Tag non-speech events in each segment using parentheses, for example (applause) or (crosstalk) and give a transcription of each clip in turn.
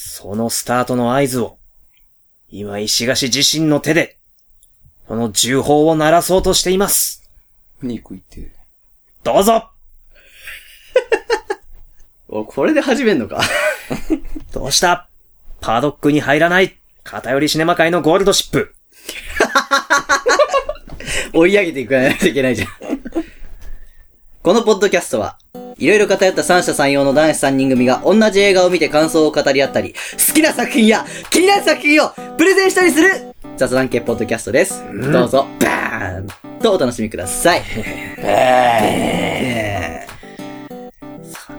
そのスタートの合図を、今石菓子自身の手で、この銃砲を鳴らそうとしています。肉いて。どうぞお、これで始めんのか。 (laughs) どうしたパドックに入らない偏りシネマ界のゴールドシップ追い上げていかないといけないじゃん。 (laughs) このポッドキャストは、いろいろ偏った三者三様の男子三人組が同じ映画を見て感想を語り合ったり、好きな作品や気になる作品をプレゼンしたりする雑談系ポッドキャストです。どうぞ、バーンとお楽しみくだ (laughs) さい。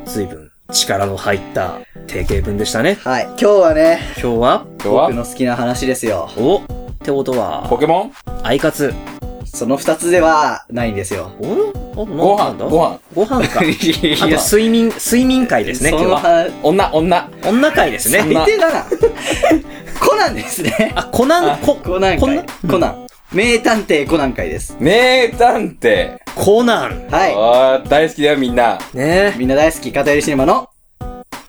随分力の入った定型文でしたね。はい、今日はね、今日は、今日僕は、の好きな話ですよ。おってことはポ、ケモンアイカツ。その二つではないんで (laughs) すよ。おおごな飯んだご飯ご飯か。 (laughs) いあとや睡眠、睡眠会ですね、今そ日のは。話、女、女。女会ですねそん。な見てだな。コナンですね。あ、コナン、コ、コナンコナ会ン。コナン。名探偵コナン会です。名探偵。コナン。はあー大好きだよ、みんな。ねい。みんな大好き、片寄シネマの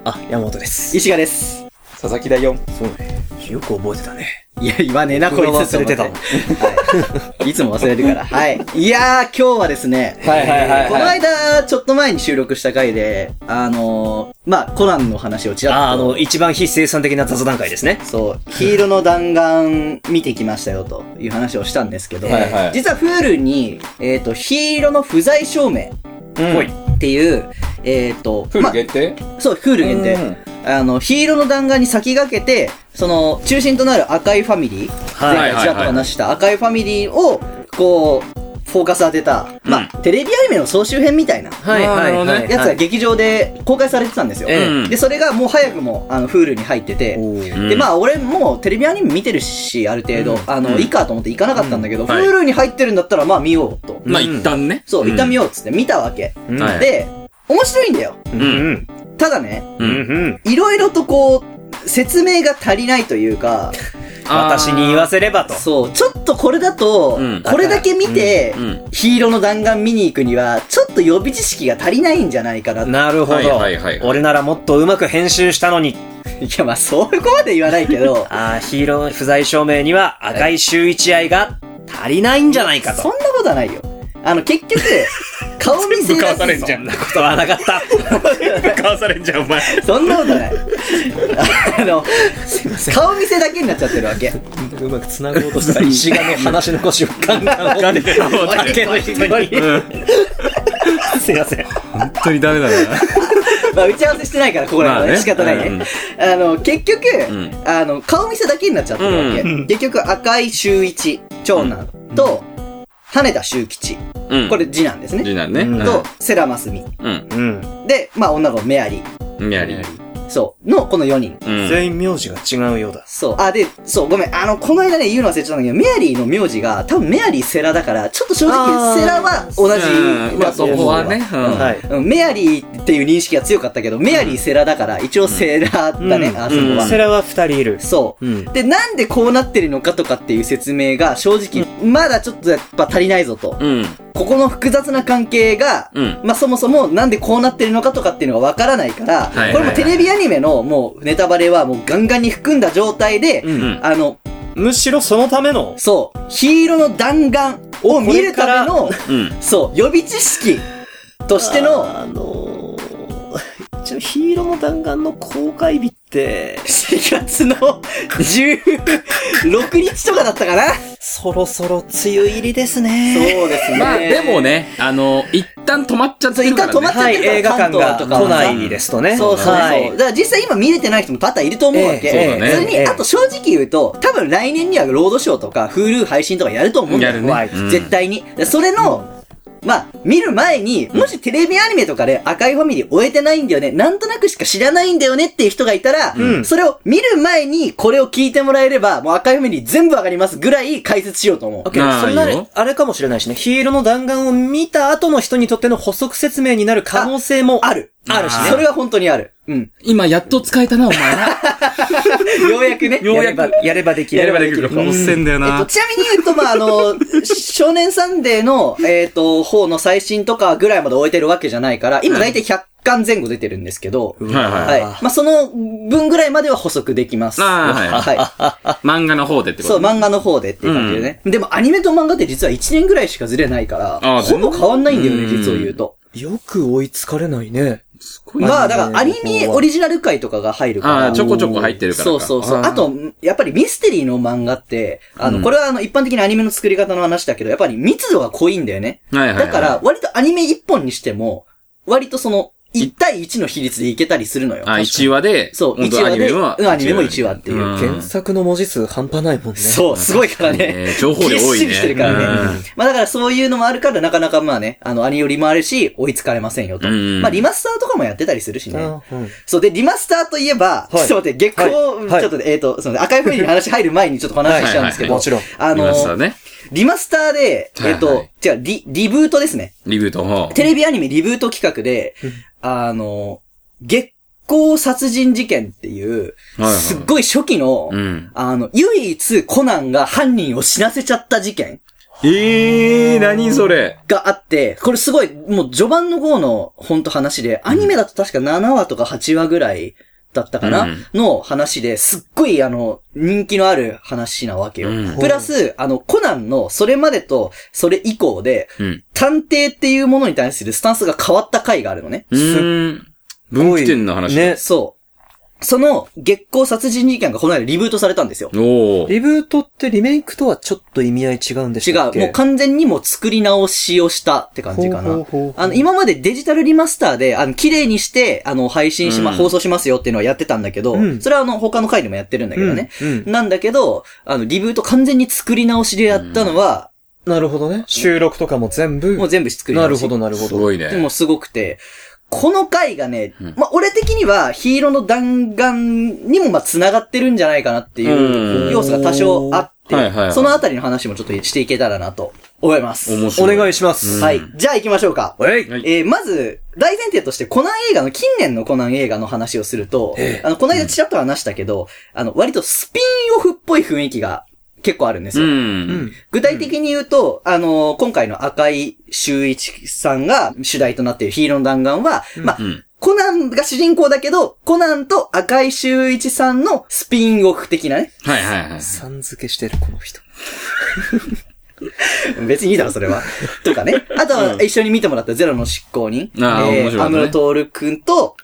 あ、山本です。石賀です。佐々木だよ。そうね。よく覚えてたね。いや、言わねえな、こい僕がつ。忘れてたもんはい。いつも忘れるから。はい。いやー、今日はですね、はいはいはい、このはい。間、ちょっと前に収録した回で、あのー、まあ、コナンの話をちらっと。あ、あの、一番非生産的な雑談会ですね。そう、黄色の弾丸見てきましたよという話をしたんですけど、はいはい実はフールに、えっ、と、黄色の不在証明うんほい。っていう、えっ、と、フルま限定、あ、そう、フール限定。あの、ヒーローの弾丸に先駆けて、その、中心となる赤いファミリー、はい前回ちらっと話した赤いファミリーを、こう、フォーカス当てた、まあ、テレビアニメの総集編みたいな、はいはいはいはい。やつが劇場で公開されてたんですよ。ええで、それがもう早くも、あの、フールに入ってて、おーで、まあ、俺もテレビアニメ見てるし、ある程度、あの、いいかと思って行かなかったんだけど、はい Hulu に入ってるんだったら、まあ見ようと。まあうん一旦ね。そう、ん一旦見ようっつって見たわけ。うんはいで、面白いんだよ。うんうん。ただね、う。うんん。いろいろとこう、説明が足りないというか、私に言わせればと。そう、ちょっとこれだと、うんこれだけ見て、うん。ヒーローの弾丸見に行くには、ちょっと予備知識が足りないんじゃないかな。いなるほはいどはいはい。俺ならもっとうまく編集したのに。、(laughs) や、まあ、そこまで言わないけどあーヒーロー不在証明には赤い周一愛が足りない (laughs) んじゃないかそと。んなことはないよ。あの、結局、顔見せ全部買わさだれしんそじゃそんなことはなかった。かわされんじゃん、お前。 (laughs) そんなことない。あの、顔見せだけになっちゃってるわけ。うまく繋ごうとしたら石がの話の腰をガンガン折 (laughs) れてる。竹の人に。すいません。本当にダメだな。まあ、打ち合わせしてないから、ここらまあね辺はね仕方ないね。あの、結局、んあの、顔見せだけになっちゃってるわけ。結局、赤井周一、長男と、羽田修吉、うん。これ、次男ですね。次男ね。うんと、セラマスミ。うん。うん。で、まあ、女の子、メアリー。うん。やり。そう。の、この4人。うん。全員名字が違うようだ。そう。あ、で、そう、ごめん。あの、この間ね、言うの忘れちゃったんだけど、メアリーの名字が、多分メアリーセラだから、ちょっと正あ直、ーセラは同うんじまあだと思うわ。そこはねうんはいうんメアリーっていう認識が強かったけど、メアリーセラだから、一応セラだね、うんあそこうんは。セラは二人いる。そうう。ん。で、なんでこうなってるのかとかっていう説明が、正直、まだちょっとやっぱ足りないぞと。うん。ここの複雑な関係が、うん。まあそもそもなんでこうなってるのかとかっていうのがわからないから、いはいはいこれもテレビアニメのもうネタバレはもうガンガンに含んだ状態で、うん。あの、むしろそのための、そう、ヒーローの弾丸を見るための、うん。そう、予備知識としての、あのー、 (laughs) 一応ヒーローの弾丸の公開日って、 4月の16日とかだったかなそろそろ梅雨入りですね。そうですね。まあでも。ね、あの、一旦止まっちゃってるから一旦止まね。っはい、映画館が関東とかは都内ですとね。そうそうそう。はいだから実際今見れてない人も多々いると思うわけ。ええそうだね普通に、ええあと正直言うと、多分来年にはロードショーとか、Hulu 配信とかやると思うんだよ。やるねうん絶対に。それの、まあ、見る前に、もしテレビアニメとかで赤いファミリー終えてないんだよね、なんとなくしか知らないんだよねっていう人がいたら、うんそれを見る前にこれを聞いてもらえれば、もう赤いファミリー全部わかりますぐらい解説しようと思う。オッケーまあそんないいよあれかもしれないしね。ヒーローの弾丸を見た後の人にとっての補足説明になる可能性もある。あるしねそれは本当にある。うん。今やっと使えたな、お前な。ようやくね。ようやくやればやればできる。やればできる。うんんだよえっと、。ちなみに言うと、まあ、あ (laughs) の、少年サンデーの、えっ、と、方の最新とかぐらいまで終えてるわけじゃないから、今大体100巻前後出てるんですけど、はいはいはい。まあ、その分ぐらいまでは補足できます。あーはいは漫画の方でってい。こそう、と漫画の方でっていう感じでね。でもアニメと漫画って実は1年ぐらいしかずれないから、あーほぼ変わんないんだよね、全然実を言うと。よく追いつかれないね。まあ、だからアニメオリジナル回とかが入るから。ああ、ちょこちょこ入ってるからか。そうそうそう。ああーと、やっぱりミステリーの漫画って、あの、うんこれはあの、一般的なアニメの作り方の話だけど、やっぱり密度が濃いんだよね。はいはいはい。だから、、割とアニメ一本にしても、割とその、1対1の比率でいけたりするのよ。あ、1話で、そう、本1当話アニメで、は、うん、アニメも1話っていう。うん原作の文字数半端ないもんね。そう、すごいからね。ね情報量多いね。ぎっしりしてるからうねん。まあだからそういうのもあるから、なかなかまあね、あの、アニよりもあるし、追いつかれませんよと。うんまあリマスターとかもやってたりするしね。あーうんそう、で、リマスターといえば、いちょっと待って、月光、はいはいちょっと、えっ、と、その赤いフェリーの話入る前にちょっとお話ししちゃうんですけど、はいはいはいもあ見ましたの、ね。リマスターで、えっ、と、はいはいじゃあリ、リブートですね。リブートの方。テレビアニメリブート企画で、あの、月光殺人事件っていうはいは、いすっごい初期の、うん。あの、唯一コナンが犯人を死なせちゃった事件ええー、何それ。があって、これすごい、もう序盤の方の本当話で、アニメだと確か7話とか8話ぐらいだったかな、うんの話ですっごいあの、人気のある話なわけよ。うんプラス、あの、コナンのそれまでとそれ以降で、うん。探偵っていうものに対するスタンスが変わった回があるのね。うーん。分岐点の話。ね。そう。その月光殺人事件がこの間リブートされたんですよ。おー。リブートってリメイクとはちょっと意味合い違うんで違しうたっ。けもう完全にもう作り直しをしたって感じかほうほうほうなほう。あの、今までデジタルリマスターで、あの、綺麗にして、あの、配信しま、うん放送しますよっていうのはやってたんだけど、うんそれはあの、他の回でもやってるんだけどね。うんなんだけど、あの、リブート完全に作り直しでやったのは、なるほどね。収録とかも全部。もう全部作り直なし。るほど、なるほすど。ごいね。でもすごくて、この回がね、うんまあ、俺的にはヒーローの弾丸にもまあ、繋がってるんじゃないかなっていううん要素が多少あって、はいはいはいそのあたりの話もちょっとしていけたらなと思います。面お白い。願いしします。はい。じゃあ行きましょうか。はいはいえーまず、大前提として、コナン映画の、近年のコナン映画の話をすると、あの、この間ちらっと話したけど、あの、割とスピンオフっぽい雰囲気が結構あるんですうよ。ん。具体的に言うと、あのー今回の赤井秀一さんが主題となっているヒーローの弾丸は、まあ、うんコナンが主人公だけど、コナンと赤井秀一さんのスピンオフ的なね。はいはいはい。さん付けしてる、この人。 (laughs) 別にいいだろ、そ (laughs) れは。とかね。あとは、一緒に見てもらったゼロの執行人。あーえ面白いねー、アムロトールくんと、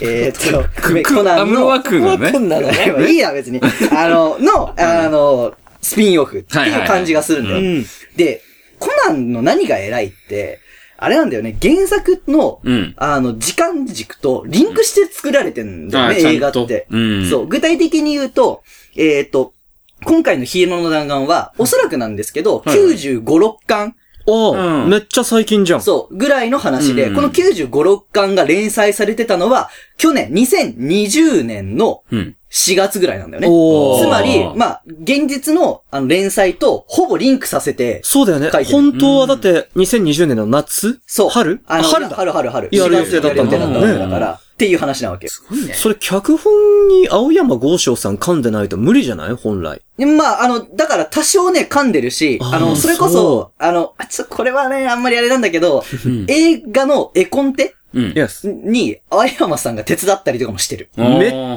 えーっと、くめコナアンムロのワ、クのね。なのね。いいや、別に。あの、 (laughs) の、あの、スピンオフってはいはいいはうい感じがするんだよ。うん。で、コナンの何が偉いって、あれなんだよね、原作の、うん。あの、時間軸とリンクして作られてんだよね、あーちゃんと映画って。うんそう、具体的に言うと、えっ、と、今回のヒーローの弾丸は、おそらくなんですけど、はいはい95、6巻ああ、うんめっちゃ最近じゃん。そう、ぐらいの話で、うんこの95、6巻が連載されてたのは、去年、2020年のうん。 4月ぐらいなんだよね。おーつまり、まあ、現実のあの連載とほぼリンクさせて、そうだよね書い。てる本当はだって、2020年の夏そう。春あの春だ。春春春。やる予4月定だにやっるた予んだも定だんっねたんだから、っていう話なわけよ。それ、脚本に青山剛昌さん噛んでないと無理じゃない本来。まあ、あの、だから多少ね、噛んでるし、あーあの、それこそそ、あの、あちょっとこれはね、あんまりあれなんだ (laughs) けどうん、映画の絵コンテうん。や、に、青山さんが手伝ったりとかもしてる。めおっ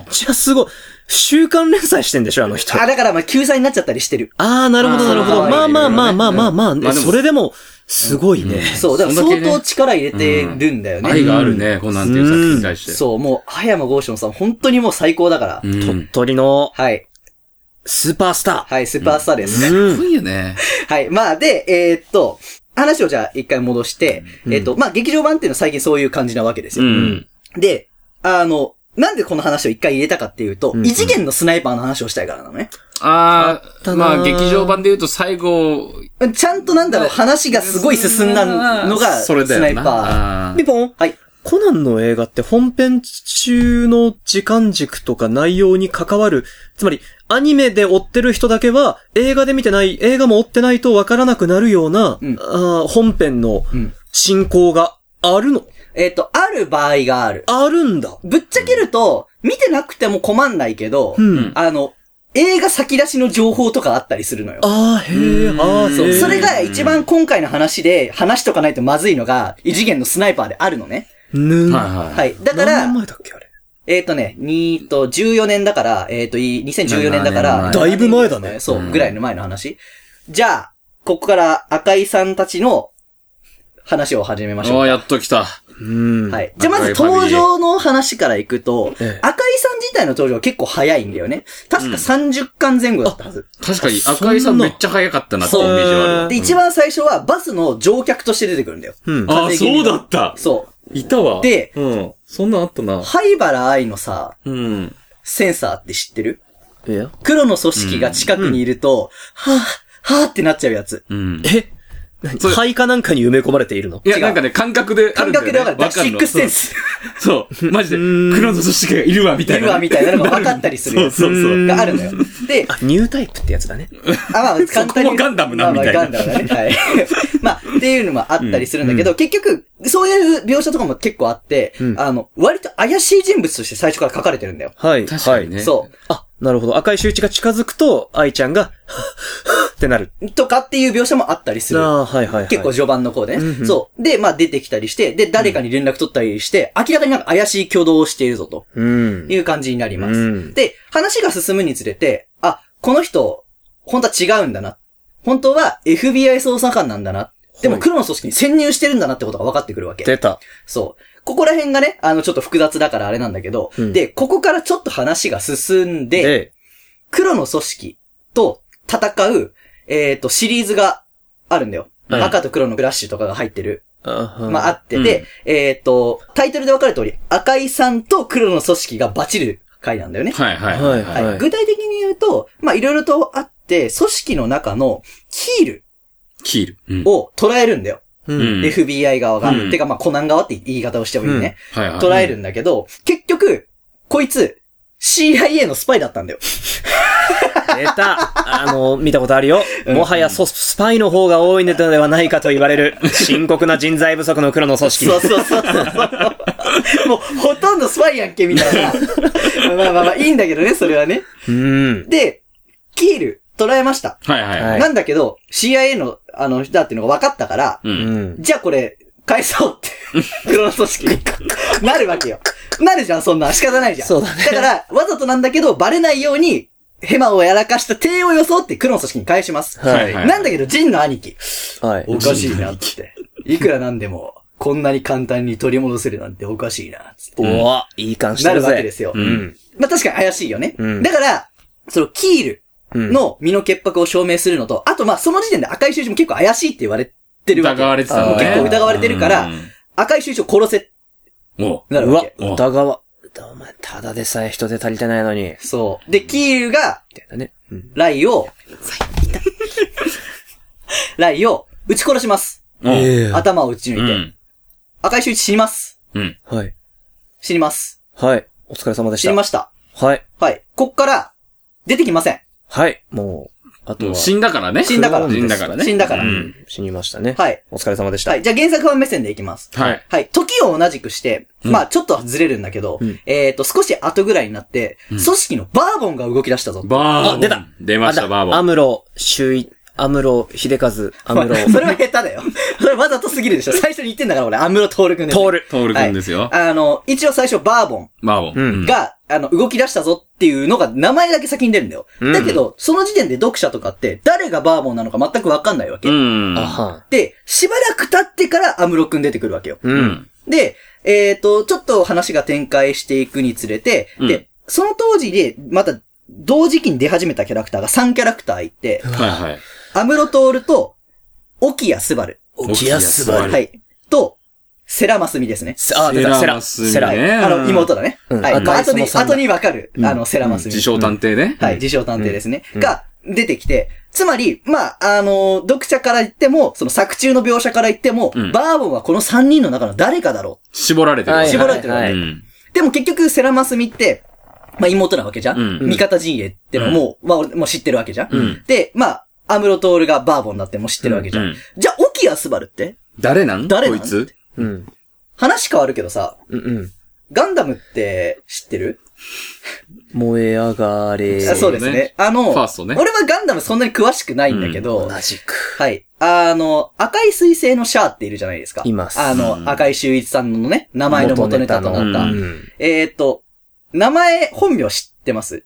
ーちゃすごい。週刊連載してんでしょ、あの人。あ、だからまあ、救済になっちゃったりしてる。ああ、なるほど、あなーるほど。そのまあまあ可愛い色々ねまあまあまあまあ、うんまあでもそれでも、すごいね。そう、だからそんだけ相ね当力入れてるんだよ愛ね。があるね、コナンっていう作品に対して。そう、もう、青山剛昌さん、本当にもう最高だから。うん。鳥取のはい。スーパースタはい、スーパースターです。ー。すうん。ごいよね。 (laughs) はい。まあ、で、えーっと、話をじゃあ一回戻して、うんえーっと、まあ、劇場版っていうのは最近そういう感じなわけですうよ。ん。で、あの、なんでこの話を一回入れたかっていうと、うん異次元のスナイパーの話をしたいからなのね。あたあ、なまーあ劇場版で言うと最後ちゃんとなんだろう、話がすごい進んだのが、スそれだよナなイパー。あピーンポンはい。コナンの映画って本編中の時間軸とか内容に関わる、つまりアニメで追ってる人だけは映画で見てない、映画も追ってないとわからなくなるような、うんあー本編のうん進行があるの、えーっと、ある場合がある。あるんだ。ぶっちゃけると、見てなくても困んないけど、うん。あの、映画先出しの情報とかあったりするのよ。あーへえ、うんああ、そう。へーそれが一番今回の話で話しとかないとまずいのが、異次元のスナイパーであるのね。ぬはいはい。はい。だか何ら年、前だっけあれ。えっ、とね、2と14年だから、えっ、と、いい2014年だか7ら。年前だいぶ前だねそうう、んぐらいの前の話。じゃあ、ここから赤井さんたちの話を始めましあょあ、う。やっと来た。うん。はい。じゃあまず登場の話からいくと、え赤井えさん自体の登場は結構早いんだよね。確か30巻前後だったはず。確かにそんな赤井さんめっちゃ早かったなってイそメうージはあで、る。一番最初はバスの乗客として出てくるんだよ。うん。ああ、風そ邪う気味だのった。そいたわ。う。で、うん。そんなんあったな。灰原愛のさ、うん。センサーって知ってるいや黒の組織が近くにいると、はぁ、はぁってなっちゃうやつ。うん。えそれ肺かなんかに埋め込まれているのい違や、うなんかね、感覚である感んだよ覚ね。で分かる。ダシるッのクスセンス。そう。そうマジで、ん黒の組織がいるわ、みいたいな。るわ、みたいなのが分かったりするやつ (laughs) そうそうそう。があるのよ。で、あ、ニュータイプってやつだね。あ、まあ、簡単 (laughs) そこに。もガンダムなまあまあみたいなガンダムだね。はい。 (laughs) まあ、っていうのもあったりするんだけど、結局、そういう描写とかも結構あって、うんあの、割と怪しい人物として最初から書かれてるんだよ。はい。確かにね。そあ、なるほど。赤い周知が近づくと、愛ちゃんが、はぁってなる。う。とかっていう描写もあったりする。ああー、はいはいはい。結構序盤の方でね。うんうんそう。で、まあ出てきたりして、で、誰かに連絡取ったりして、明らかになんか怪しい挙動をしているぞとうん。いう感じになります。うんで、話が進むにつれて、あ、この人、本当は違うんだな。本当は FBI 捜査官なんだな。でも黒の組織に潜入してるんだなってことが分かってくるわけ。出た。そう。ここら辺がね、あの、ちょっと複雑だからあれなんだけど、うんで、ここからちょっと話が進んで、で、黒の組織と戦う、えっ、と、シリーズがあるんだよ。うん赤と黒のフラッシュとかが入ってる。まあ、あまって、で、えっ、と、タイトルで分かる通り、赤井さんと黒の組織がバチる回なんだよね。はいはいははいいははいい。はい。具体的に言うと、まあ、いろいろとあって、組織の中のキールキール。うん。を捉えるんだよ。うんうん FBI 側が。うんてか、まあ、コナン側って言い方をしてもいいね。はいはい。捉えるんだけど、結局、こいつ、CIA のスパイだったんだよ。あ、出た。あの、見たことあるよ。もはやそ、スパイの方が多いのではないかと言われる、深刻な人材不足の黒の組織。そうそうそうそう (laughs) そう。もう、ほとんどスパイやんけ、みたい (laughs) な。まあまあまあ、いいんだけどね、それはね。うん。で、キール、捉えました。はいはいははいい。なんだけど、CIA の、あの、人だっていうのが分かったから、う。うんん。じゃあこれ、返そうって、 (laughs) 黒の組織になるわけよ。なるじゃん、そんな。仕方ないじゃん。そうだねから、わざとなんだけど、バレないように、ヘマをやらかした手を装って黒の組織に返します。はいはいなんだけど、ジンの兄貴。はい。おかしいなって。いくらなんでも、こんなに簡単に取り戻せるなんておかしいなっつって。おわ、いい感じしてなるるぜ。わけですよ。うん。まあ確かに怪しいよね。うんだから、そのキーうんルの身の潔白を証明するのと、あとまあその時点で赤い収集も結構怪しいって言われてるわけ。疑われてたものうね。結構疑われてるから、赤い収集を殺せ、うん。おなるうわわけ、。うん疑わ。お前、ただでさえ人手足りてないのに。みそう。で、キールが、たいなね。うん。ライを、ライを、撃ち殺します。うんええ頭を撃ち抜ういて。ん。赤い収集死にます。うん。はい。死にます。はい。お疲れ様でし死た。にました。はい。はい。こっから、出てきません。はい。もう、あともうは。死んだからね。死んだから死んだからね。死んだからうん。死にましたね。はい。お疲れ様でした。はい。じゃあ原作版目線でいきます。はい。はい。時を同じくして、まあちょっとずれるんだけど、うんえっ、と、少し後ぐらいになって、組織のバーボンが動き出したぞ。 (laughs) バーボン。あ出た出ました、バーボアン。ムロ、周囲、アムロ、秀和、アムロ、それは下手だよ。それわざとすぎるでしょ。最初に言ってんだから俺、アムロトールくんです。トール。トール君ですよ。あの、一応最初バーボンバーボン。うんがが、あの、動き出したぞっていうのが名前だけ先に出るんだよ。うんだけど、その時点で読者とかって、誰がバーボンなのか全くわかんないわけ。うん。あはで、しばらく経ってからアムロくん出てくるわけよ。ん。う。うんん。で、えっ、と、ちょっと話が展開していくにつれて、うんで、その当時で、また、同時期に出始めたキャラクターが3キャラクターいて、はいはい。アムロトールと、沖谷スバル。沖谷昴はいはい。と、セラマスミですね。あ、出た、セラ。セラマスミねセラ。はい。えあの、妹だね。うんはい。まあ、赤後いに、その三だ後にわかる、あの、セラマスミ。自称探偵ね。はい、自称探偵ですね。が、出てきて、つまり、まあ、あのー読者から言っても、その作中の描写から言っても、うんバーボンはこの3人の中の誰かだろ絞られてる。はい絞られてるはうい。ん。う。でも結局、セラマスミって、まあ、妹なわけじゃん、うん味方陣営ってのはもう、まあ、俺もう知ってるわけじゃん、うんで、まあ、アムロトールがバーボンだってもう知ってるわけじゃうん。んじゃあ、オキアスバルって誰なん誰こなんいつうん。話変わるけどさ、うん。うん。ガンダムって知ってる燃え上がれ。あそうですそうねね。あの、ファーストね俺はガンダムそんなに詳しくないんだけど、同じく。はい。あの、赤い彗星のシャアっているじゃないですか。いますあの、うん赤い修一さんのね、名前の元ネタとなった。元ネタのうんえーっと、名前、本名知ってます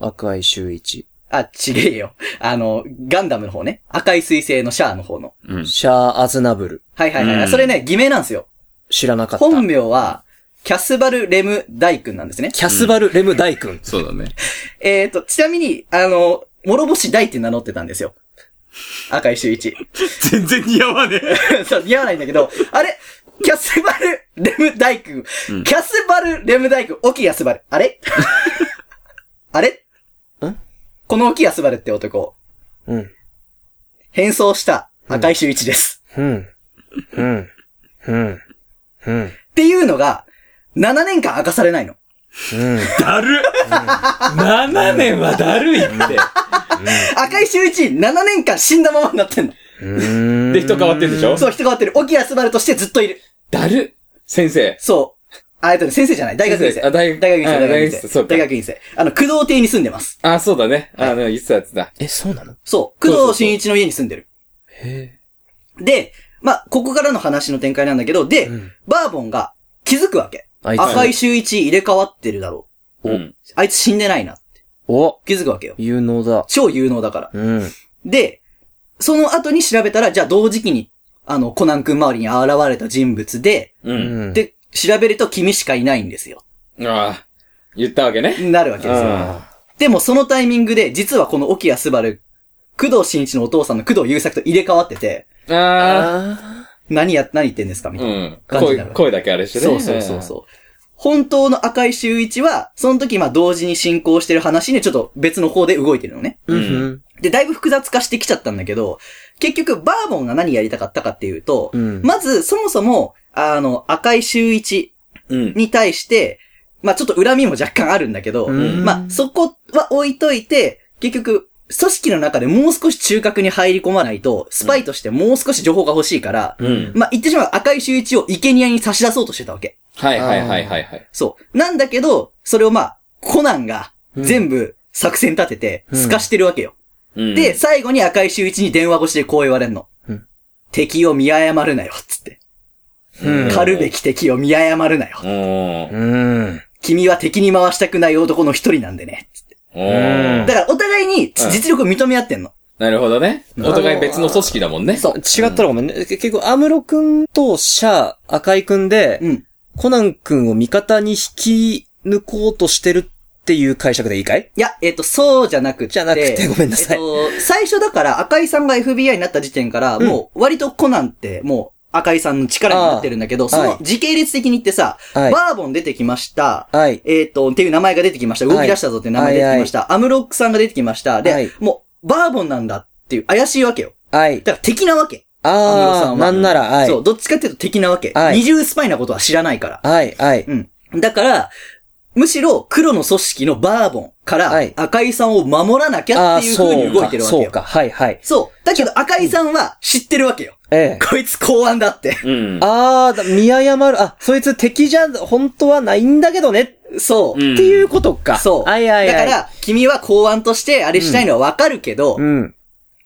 赤い周一。あ、ちげえよ。あの、ガンダムの方ね。赤い彗星のシャアの方の。うん。シャア・アズナブル。はいはいはうい。んそれね、偽名なんですよ。知らなかった。本名は、キャスバル・レム・ダイ君なんですね。キャスバル・レム・ダイ君。そうだね。えーっと、ちなみに、あの、諸星大って名乗ってたんですよ。赤い周一。全然似合わねえ。 (laughs) そう、似合わないんだけど、あれキャスバル、レムダイ君。うんキャスバル、レムダイ君、沖安バル。あれ (laughs) あれんこの沖安バルって男、うん。変装した赤い周一です。うん。うん。うん。うん。っていうのが、7年間明かされないの。うん。だる7年はだるいって。赤い周一、7年間死んだままになってんの。うん。で、人変わってるでしょそう、人変わってる。沖安バルとしてずっといる。だる。先生。そう。あ、えっとね、先生じゃない。大学院生。あ大学大学院あ生。大学院大学院生そ生。うか大学院生。あの、工藤邸に住んでます。あ、そうだね。あの、いつやつだ。え、そうなのそそうう。そうそう工藤新一の家に住んでる。へで、まあ、ここからの話の展開なんだけど、で、うんバーボンが気づくわけ。あいつ赤い周一入れ替わってるだろうん。う。あいつ死んでないな。お気づくわけよ。有能だ。超有能だから。うん。で、その後に調べたら、じゃあ同時期に、あの、コナン君周りに現れた人物で、う。うんん。、で、調べると君しかいないんですよ。ああ、言ったわけね。なるわけうですよ。ん。でもそのタイミングで、実はこの沖谷すばる、工藤新一のお父さんの工藤優作と入れ替わってて、ああ。あ何や、何言ってんですかみたういな。ん。感じにな声、る声だけあれしてね。そうそうそうそう。本当の赤い周一は、その時まあ同時に進行してる話にちょっと別の方で動いてるのね。ーううんん。で、だいぶ複雑化してきちゃったんだけど、結局バーボンが何やりたかったかっていうと、うんまずそもそも、あの、赤い周一うん。に対して、まあちょっと恨みも若干あるんだけど、うんまあそこは置いといて、結局、組織の中でもう少し中核に入り込まないと、スパイとしてもう少し情報が欲しいから、うん。まあ言ってしまう赤い周一を生贄に差し出そうとしてたわけ。はいはいはいはいはい。そう。なんだけど、それをまあ、コナンがうん全部作戦立てて、うん透かしてるわけよ。うんで、、最後に赤井秀一に電話越しでこう言われんの。うん敵を見誤るなよ、つって。うん狩るべき敵を見誤るなよ。うん。うん。うん。君は敵に回したくない男の一人なんでね。うんだからお互いにうん実力を認め合ってんの。なるほどね。んお互い別の組織だもんね。そう、違ったらごめんね。け結構、アムロ君とシャア、赤井君でう、ん。コナン君を味方に引き抜こうとしてるっていう解釈でいいかいいや、えっ、と、そうじゃなくて。じゃなくてごめんなさいえっ、と、最初だから赤井さんが FBI になった時点から、うんもう割とコナンってもう赤井さんの力になってるんだけど、ーそはのい時系列的に言ってさ、はいバーボン出てきました。はい。えっ、と、っていう名前が出てきました。はい動き出したぞって名前出てきました。アムロックさんが出てきました。で、はいもう、バーボンなんだっていう、怪しいわけよ。はい。だから敵なわけ。アムロさあー、んはなんなら、はい。そう、どっちかっていうと敵なわけ。はい二重スパイなことは知らないから。はい、はい。うん。だから、むしろ黒の組織のバーボンかはいら赤井さんを守らなきゃっていう風に動いてるわけそよ。うか、はい、はい。そう。だけど赤井さんは知ってるわけよ。ええ。こいつ公安だって。うん。あーだ、見誤る、あ、そいつ敵じゃ、本当はないんだけどね、そう。っていうことか。そう。はい、はい、だはい。から、君は公安としてあれしたいのはわかるけど、うん。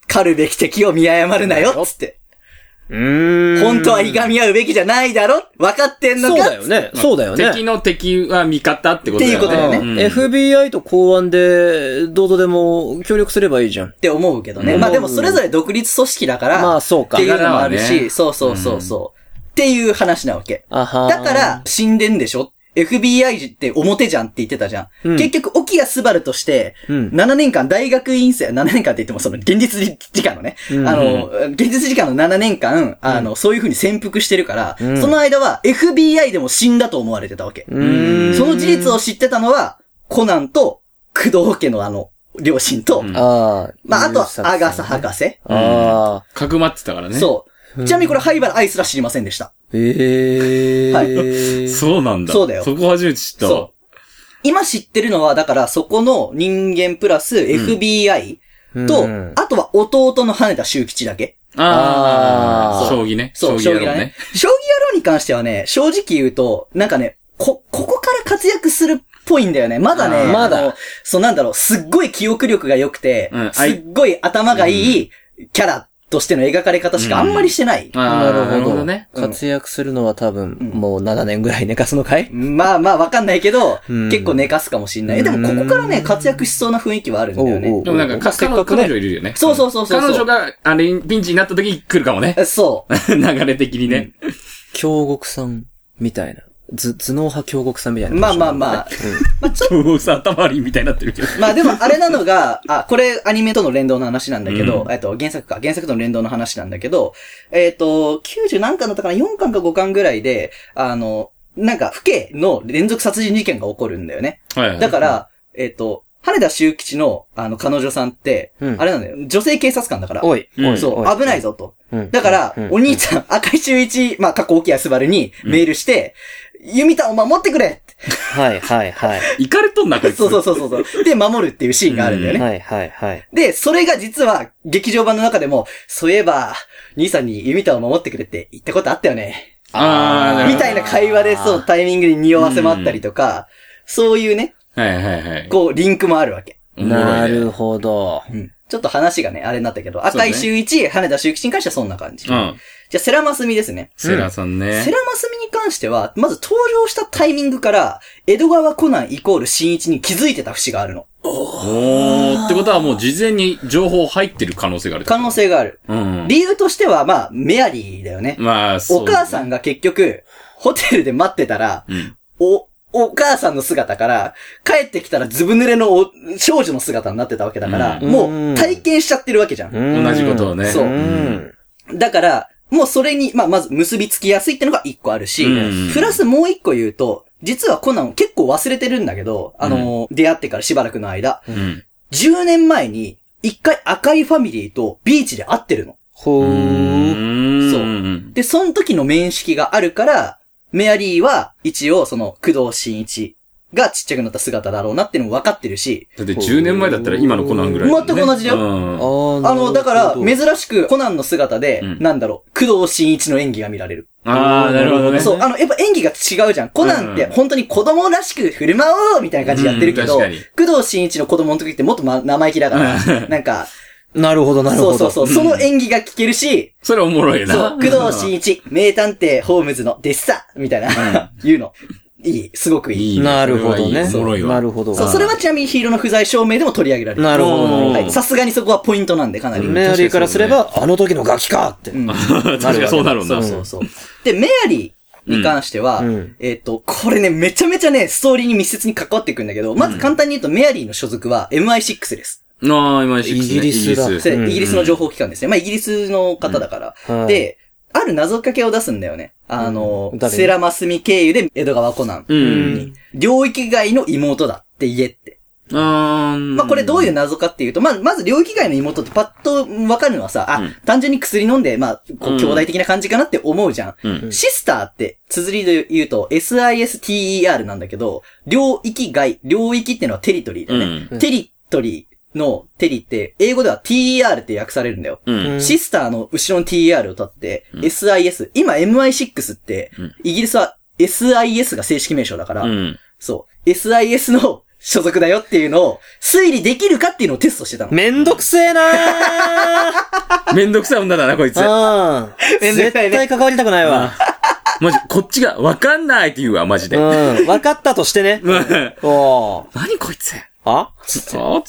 狩るべき敵を見誤るなよ、つって。うーん。本当はいがみ合うべきじゃないだろ分かってんのそうかだよね。そうだよね。敵の敵は味方ってことだよね。っていうことだよねん FBI と公安で、どうとでも協力すればいいじゃん。って思うけどね。うんまあでもそれぞれ独立組織だから、まあ、そうっかてい。うのもあるだからし、ねそうそうそうそう、っていう話なわけ。あはーだから、、死んでんでしょ ?FBI って表じゃんって言ってたじゃん。うん結局、沖谷すばるとして、うん7年間大学院生、7年間って言ってもその現実時間のね、うんあの、現実時間の7年間、あの、そういう風に潜伏してるから、うんその間は FBI でも死んだと思われてたわけ。うーん。その事実を知ってたのは、コナンと、工藤家のあの、両親と、うんああ。まあ、あとは、アガサは博士。ああ。かくまってたからね。そう。ちなみにこれ、灰原アイスら知りませんでした。ええはー。そうなんだ。そうだよそこ初めて知ったわ。そ今知ってるのは、だから、そこの人間プラス FBI うんと、うんあとは弟の羽田修吉だけ。ああーあ、将棋ね。そう、将棋将棋だだろうねね。。将棋野郎に関してはね、正直言うと、なんかね、こ、ここから活躍するぽいんだよね。まだあね、ーまだあのそうなんだろう、すっごい記憶力が良くて、うんすっごい頭がいいキャラとしての描かれ方しかあんまりしてない。あーななるるほほどどねね。活躍するのは多分、もう7年ぐらい寝かすのかいまあまあわかんないけど、うん結構寝かすかもしんない。えでもここからね、活躍しそうな雰囲気はあるんだよおうおねう。でもなんか、かせっ彼か女く彼ね女いるよね。そうそうそうそうそう彼女が、あれ、ピンチになった時来るかもね。えそ。(laughs) 流れ的にね。京極さんみたいな。ず、頭脳派京極さんみたいうな。まあまあまあ。そうさ、頭悪いみたいになってるけど。まあでもあれな (laughs) のが、あ、これアニメとの連動の話なんだけど、えっと、原作か、原作との連動の話なんだけど、えっと、90何巻だったかな ?4 巻か5巻ぐらいで、あの、なんか、府警の連続殺人事件が起こるんだよね。はいはいだから、えっと、羽田修吉の、あの、彼女さんって、うんあれなんだよ。女性警察官だから。おい、うんおい、そう、危ないぞと。うんだからうん、お兄ちゃん、赤井秀一、まあ、過去沖谷すばるにメールして、弓田を守ってくれはいはいはい。行かれとんな、こいつ。そうそうそうそうそう。で、守るっていうシーンがあるんだよね。はいはいはい。で、それが実は、劇場版の中でも、そういえば、兄さんに弓田を守ってくれって言ったことあったよね。あーみたいな会話で、そう、タイミングに匂わせもあったりとか、そういうね、はいはいはい。こう、リンクもあるわけ。おもろいねなるほど。ちょっと話がね、あれになったけど、うね赤井秀一、羽田修吉に関してはそんな感じ。うじゃん。あ、セラマスミですね。セラさんセね。ラマスミに関しては、まず登場したタイミングから、江戸川コナンイコール新一に気づいてた節があるの。おー。ってことはもう事前に情報入ってる可能性がある。可能性がある。うん。理由としては、まあ、メアリーだよね。まあ、そう。お母さんが結局、ホテルで待ってたら、うん。お、お母さんの姿から、帰ってきたらずぶ濡れのお少女の姿になってたわけだから、うんもう体験しちゃってるわけじゃん。同。同じことをね。そうんだから、もうそれに、まあ、まず結びつきやすいってのが一個あるし、うんプラスもう一個言うと、実はコナン結構忘れてるんだけど、あのー出会ってからしばらくの間、うん。 10年前に、一回赤いファミリーとビーチで会ってるの。ほうー。ん。そうん。で、その時の面識があるから、メアリーは一応その工藤新一がちっちゃくなった姿だろうなっていうのも分かってるし、だって10年前だったら今のコナンぐらいだもんね。全く同じだよあよ。ーなあるほどの、だから、珍しくコナンの姿で、うんなんだろう、工藤新一の演技が見られる。ああ、なるほどね。そう、あの、やっぱ演技が違うじゃん。コナンってうん本当に子供らしく振る舞おうみたいな感じでやってるけど、うん確工藤新一の子供の時ってもっと、ま、生意気だから、なんか、なるほどなるほそど。うそうそう、その演技が聞けるし、それおもろいな。そう、工藤新一、名探偵ホームズのデッサみたいな、 (laughs) 言うの。いい、すごくいい。いいねなるほどね。それはいいおもろいわ。なるほど。そう、それはちなみにヒーローの不在証明でも取り上げられる。なるほどなるほどはいさすがにそこはポイントなんで、かなり。メアリーからすれば、あの時のガキかって。うん確かにそうだろうな。そうそうそう。で、メアリーに関しては、うんえっ、と、これね、めちゃめちゃね、ストーリーに密接に関わってくるんだけど、まず簡単に言うと、メアリーの所属は MI6 です。ああ、今シックスね、イギリスだイギそれうんうんイギリスの情報機関ですね。まあ、イギリスの方だから。はい、で、ある謎かけを出すんだよね。あの、うん誰にセラマスミ経由で江戸川コナン。ううんん。領域外の妹だって言えって。あーまあ、これどういう謎かっていうと、まあ、まず領域外の妹ってパッとわかるのはさ、あ、うん単純に薬飲んで、まあ、こううん兄弟的な感じかなって思うじゃん。うんシスターって、綴りで言うと、sister なんだけど、領域外、領域ってのはテリトリーだうよね。ん。うんテリトリーのテリって、英語では ter って訳されるんだよ。うん。シスターの後ろの ter を取って、sis。今 mi6 ってうん、イギリスは sis が正式名称だから、うん。そう、SIS の所属だよっていうのを推理できるかっていうのをテストしてたの。めんどくせえな (laughs) ーめんどくさい女だな、こいつ。あーめんどく絶さいね対関わりたくないわ。マジ、こっちがわかんないって言うわ、マジうで。ん。分かったとしてね。 (laughs) 何おー。こいつ。あそ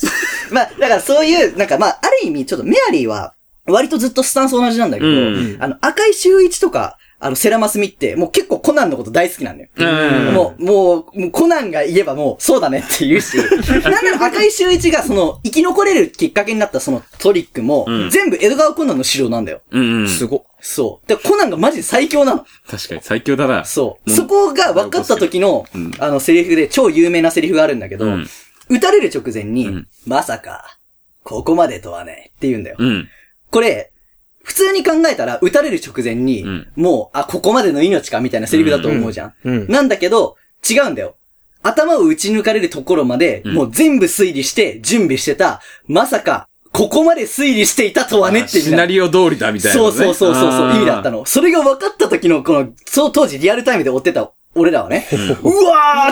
うまあ、だからそういう、なんかまあ、ある意味ちょっとメアリーは、割とずっとスタンス同じなんだけど、うんあの、赤井秀一とか、あの、セラマスミって、もう結構コナンのこと大好きなんだよ。うんもう、もう、もうコナンが言えばもう、そうだねって言 (laughs) うし、なんなら赤井秀一がその、生き残れるきっかけになったそのトリックも、うん全部江戸川コナンの資料なんだよ。うん。すごっ。そう。で、コナンがマジで最強なの。確かに最強だな。そう。うんそこが分かった時の、うんあの、セリフで、超有名なセリフがあるんだけど、うん撃たれる直前に、うんまさか、ここまでとはね、って言うんだよ。うん。これ、普通に考えたら、撃たれる直前に、うんもう、あ、ここまでの命か、みたいなセリフだと思うじゃん。うん。なんだけど、違うんだよ。頭を打ち抜かれるところまで、うんもう全部推理して、準備してた、まさか、ここまで推理していたとはねってシナリオ通りだみたいな。そうそうそうそうそう、意味だったの。の。それが分かった時の、この、そう当時リアルタイムで追ってた俺ら (laughs) はね、うわーっ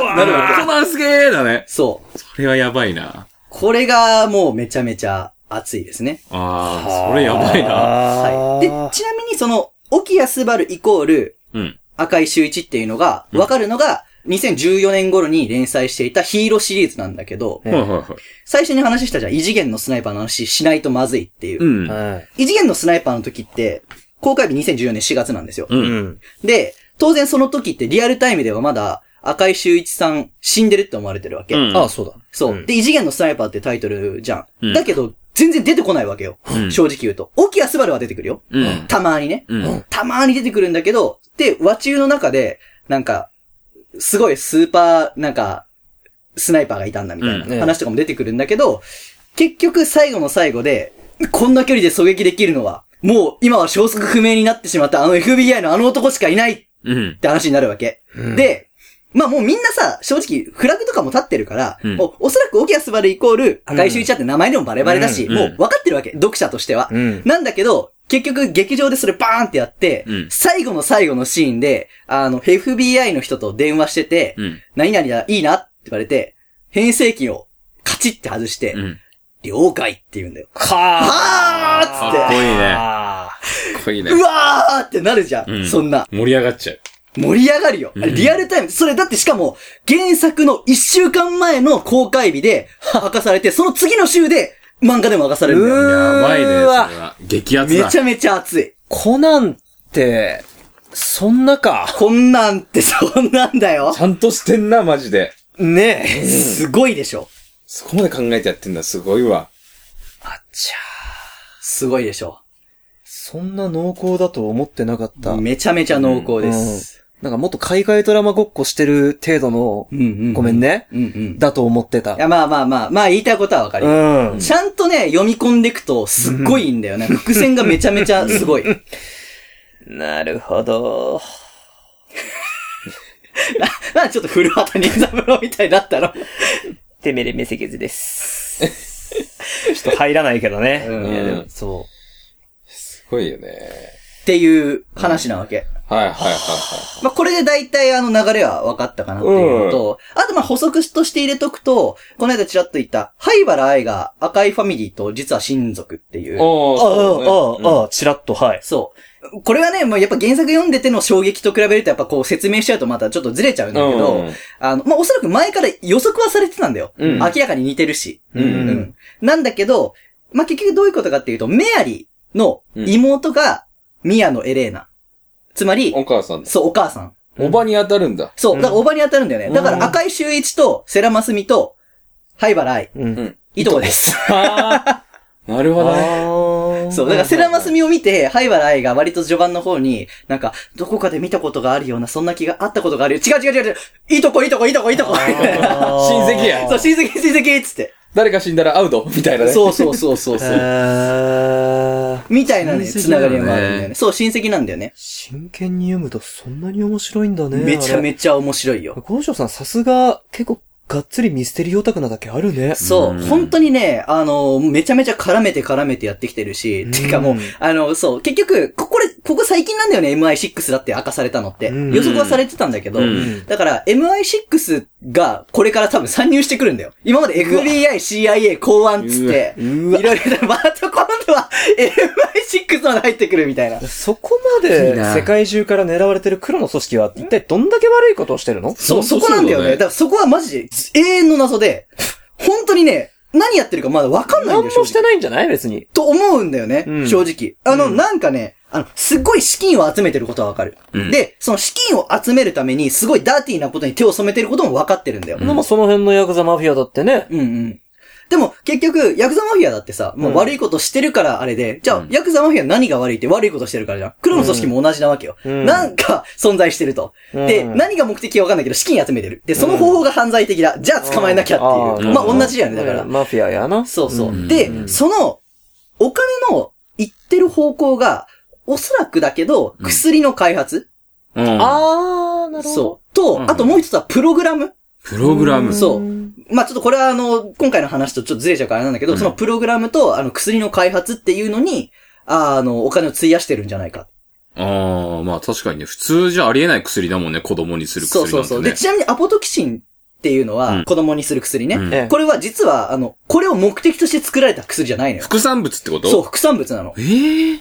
てなるわけ。コナンすげーだね。そう。それはやばいな。これがもうめちゃめちゃ熱いですね。ああ、それやばいな。はい。で、ちなみにその、沖谷すばるイコールうん。赤い周一っていうのが、わかるのが、2014年頃に連載していたヒーローシリーズなんだけど、はいはいはい。最初に話したじゃん、異次元のスナイパーの話しないとまずいっていうう。ん。はい。異次元のスナイパーの時って、公開日2014年4月なんですよ。う。うんん。で、当然その時ってリアルタイムではまだ赤井秀一さん死んでるって思われてるわけ。うんああ、そうだ。そうう、んで、異次元のスナイパーってタイトルじゃん。うんだけど、全然出てこないわけよ。うん正直言うと。沖谷すばるは出てくるよ。うん。たまにね。うん。たまに出てくるんだけど、で、和中の中で、なんか、すごいスーパー、なんか、スナイパーがいたんだみたいうんな話とかも出てくるんだけど、結局最後の最後で、こんな距離で狙撃できるのは、もう今は消息不明になってしまったあの FBI のあの男しかいないっうん。て話になるわけ。で、まあもうみんなさ、正直、フラグとかも立ってるから、うんもうおそらくオキアスバルイコール、赤い周一だって名前でもバレバレだし、うんもう分かってるわけ、読者としては。うん。なんだけど、結局劇場でそれバーンってやって、うん最後の最後のシーンで、あの、FBI の人と電話してて、うん。何々だ、いいなって言われて、編成機をカチッって外して、うん。了解って言うんだよ。はあーかっっつっこいいて、ね。あかっこいいねう。わーってなるじゃん、うんそんな。盛り上がっちゃう。盛り上がるよ。んリアルタイム。それだってしかも、原作の一週間前の公開日で明かされて、その次の週で漫画でも明かされるんだよ。やばいね、それうわは。激アツだ。めちゃめちゃ熱い。コナンって、そんなか。こんなんってそんなんだよち。ゃんとしてんな、マジで。ねえ。すごいでしょ。そこまで考えてやってんだ、すごいわ。あっちゃすごいでしょ。そんな濃厚だと思ってなかった。めちゃめちゃ濃厚です。なんかもっと海外ドラマごっこしてる程度のう、んうん。ごめんね。ね、うんうん。だと思ってたい。や、まあまあまあ、まあ言いたいことはわかるうよ。ん。ちゃんとね、読み込んでいくと、すっごいいいんだよね。伏線がめちゃめちゃすご (laughs) い。なるほど。なんでちょっと古畑任三郎みたいになったのてめれめせけずです。 (laughs) ちょっと入らないけどね。うんいやでもそう。すごいよね。っていう話なわけ。はいはいはいはまあ、これで大体あの流れは分かったかなっていうのと、あとまあ補足として入れとくと、この間ちらっと言った、灰原愛が赤いファミリーと実は親族っていい。う。おーそうあねあ、ああ、ちらっと、はい。そう。これはね、まあ、やっぱ原作読んでての衝撃と比べるとやっぱこう説明しちゃうとまたちょっとずれちゃうんだけど、うんあの、まあ、おそらく前から予測はされてたんだよ。うん明らかに似てるし。うんう。ん。なんだけど、まあ、結局どういうことかっていうと、メアリーの妹がミアのエレーナ。つまり、お母さんだ。そう、お母さん。おばに当たるんだ。そう。だから、おばに当たるんだよね。だから、うん赤井秀一と、セラマスミと、灰原愛、うん。いとこです。あーなるほどね。そう。だから、セラマスミを見て、灰原愛が割と序盤の方に、なんか、どこかで見たことがあるような、そんな気があったことがあるよ。違う違う違う違う。いとこ、いとこ、いとこ、いとこ。親戚やそう、親戚、親戚、つって。誰か死んだらアウトみたいなね。そうそうそうそうそう。 (laughs) みたいなね、親戚つながりもあだよねるんだよね。そう、親戚なんだよね。真剣に読むとそんなに面白いんだね。めちゃちめちゃ面白いゃ。よ。ゴーショさんさすが結構がっつりミステリーオタクなだけあるね。そうう、ん本当にね、あの、めちゃめちゃ絡めて絡めてやってきてるし、 (laughs) てかもう、あの、そう、結局、ここれ、ここ最近なんだよね、MI6 だって明かされたのって。うん予測はされてたんだけど、うんだから、MI6 がこれから多分参入してくるんだよ。今まで FBI、CIA、公安っつって、ういわ。ろいろ、また今度は MI6 まで入ってくるみたいな。そこまで世界中から狙われてる黒の組織は一体どんだけ悪いことをしてるのそう、そ本当こなんだよね。そうだだねからそこはマジで永遠の謎で、本当にね、何やってるかまだわかんないん何だもよ、正直してないんじゃない別に。と思うんだよね、うん正直。あの、うんなんかね、あの、すっごい資金を集めてることはわかる、うんで、その資金を集めるために、すごいダーティーなことに手を染めてることもわかってるんだよ。でもその辺のヤクザマフィアだってね。うんうん。でも、結局、ヤクザマフィアだってさ、もううん悪いことしてるからあれで、じゃあ、うんヤクザマフィア何が悪いって悪いことしてるからじゃん。黒の組織も同じなわけよ。うんなんか、存在してると。うんで、何が目的かわかんないけど、資金集めてる。で、その方法が犯罪的だ。じゃあ、捕まえなきゃっていう。うんまあ、あー同じだよね、だから。マフィアやな。そうそう。うんで、その、お金の行ってる方向が、おそらくだけど、薬の開発、うん。あー、なるほど。そう。と、うんあともう一つはプログラムプログラム。そう。まあ、ちょっとこれはあの、今回の話とちょっとずれちゃうからあれなんだけど、うんそのプログラムと、あの、薬の開発っていうのに、あの、お金を費やしてるんじゃないか。ああ、まあ確かにね、普通じゃありえない薬だもんね、子供にするそう薬そなんてね。うそう。で、ちなみにアポトキシンっていうのうはん子供にする薬ね。うんええこれは実は、あの、これを目的として作られた薬じゃないのよ。副産物ってことそう、副産物なの。ええ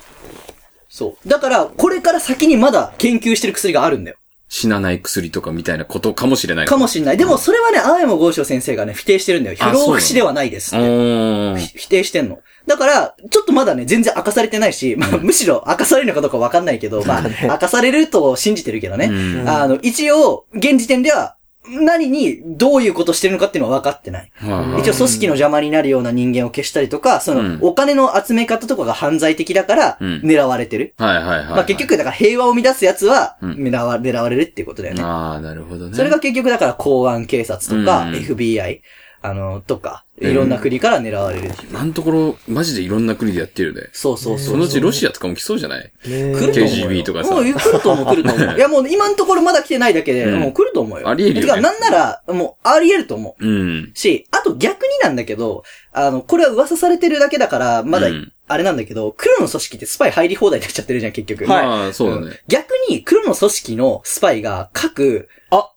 そう。だから、これから先にまだ研究してる薬があるんだよ。死なない薬とかみたいなことかもしれない。かもしんない。でも、それはね、青山豪昌先生がね、否定してるんだよ。あ不老不死ではないですうって。ーん。ひ否定してんの。だから、ちょっとまだね、全然明かされてないし、まあ、むしろ明かされるのかどうかわかんないけど、まあ、明かされると信じてるけどね。うんあの、一応、現時点では、何に、どういうことしてるのかっていうのは分かってない。はいはい一応組織の邪魔になるような人間を消したりとか、その、うんお金の集め方とかが犯罪的だから、うん狙われてる。はいはいはい。まあ結、局、だから平和を生み出すやつは、うん狙わ、狙われるっていうことだよね。ああ、なるほどね。それが結局、だから公安警察とか、うん FBI、あの、とか、いろんな国から狙われる。なんところ、マジでいろんな国でやってるね。そうそうそう。そのうちロシアとかも来そうじゃないね来ると思うよ。 KGB とかさもう来ると思う、来ると (laughs) 思う。いやもう今のところまだ来てないだけで、うんもう来ると思うよ。ありえるよねてか、なんなら、もうありえると思うんう。。し、あと逆になんだけど、あの、これは噂されてるだけだから、まだうん、あれなんだけど、黒の組織ってスパイ入り放題になっちゃってるじゃん、結局。まあ、そうだね。逆に黒の組織のスパイが各、あ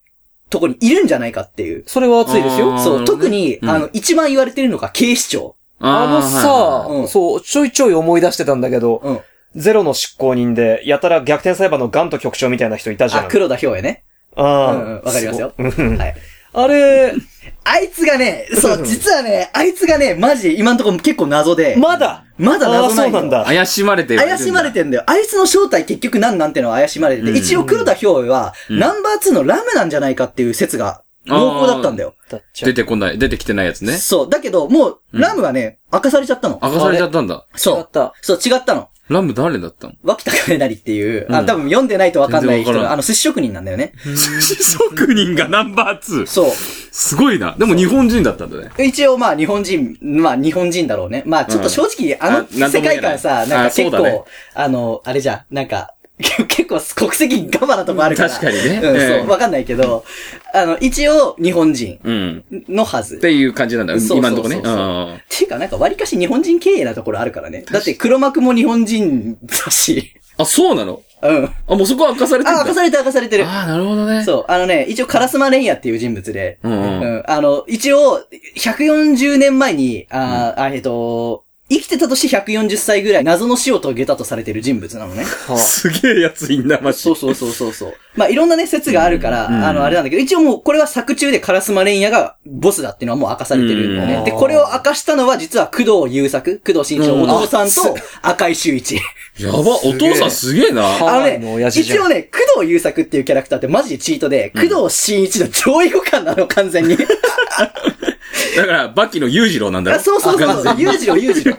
とこにいるんじゃないかっていう。それは熱いですよあ。ーそう、なるほどね特に、うんあの、一番言われてるのが警視庁。あのーはいはいうんさ、そう、ちょいちょい思い出してたんだけど、うん。ゼロの執行人で、やたら逆転裁判のガント局長みたいな人いたじゃん。あ、黒田兵衛ね。あうんうんわかりますよすごいうんはい。あれ、あいつ (laughs) がね、そうう、ん実はね、あいつがね、マジ、今んところ結構謎で。まだまだああ謎ー、なそいうのなんだ。怪しまれてる。怪しまれてんだよ。あいつの正体結局何なんてのは怪しまれてて、うん一応黒田兵衛は、うんナンバー2のラムなんじゃないかっていう説が、濃厚だったんだよ。だっちゃ出てこない、出てきてないやつね。そう。だけど、もう、うんラムはね、明かされちゃったの。明かされちゃったんだ。そ違っう。た。そう、違ったの。ラム誰だったの脇田金成っていうう、あ、ん多分読んでないとわかんない全人然わからが、んあの、寿司職人なんだよね。寿司 (laughs) 職人がナンバー 2! そう。すごいな。でも日本人だったんだね。一応まあ日本人、まあ日本人だろうね。まあちょっと正直、あのあなんとも言えな世い界観さ、なんあか結そうだね構、あの、あれじゃん、なんか、 (laughs) 結構国籍ガバなとこあるから。確かにねうん、えそえう、わかんないけど、あの、一応日本人うん。のはず。っってていう感じなんだ。そうそうそう今のとこね。そうあいうかなんか割かし日本人経営なところあるからね。だって黒幕も日本人だし。あ、そうなのうん。あ、あ、もうそこは明かされてんだ。明かされてる明かされてる。あーなるほどね。そう、あのね、一応カラスマレンヤっていう人物で、うんうんうんあの、一応、140年前に、あー、あえっと、生きてたとして140歳ぐらい謎の死を遂げたとされてる人物なのね。すげえやついんな、マジ (laughs) そう。そうそうそうそう。まあ、いろんなね、説があるから、うんあの、あれなんだけど、一応もう、これは作中でカラスマレンヤがボスだっていうのはもう明かされてるんだようね。んで、これを明かしたのは実は工藤優作、工藤新一のお父さんと赤井秀一。やば、おげえ父さんすげえな。はあのハワイのね、親父じゃん一応ね、工藤優作っていうキャラクターってマジでチートで、工藤新一の上位互換なの、完全に。だから、バキの裕次郎なんだろあそうそう完そ全う。に裕次郎、裕次 (laughs) 郎。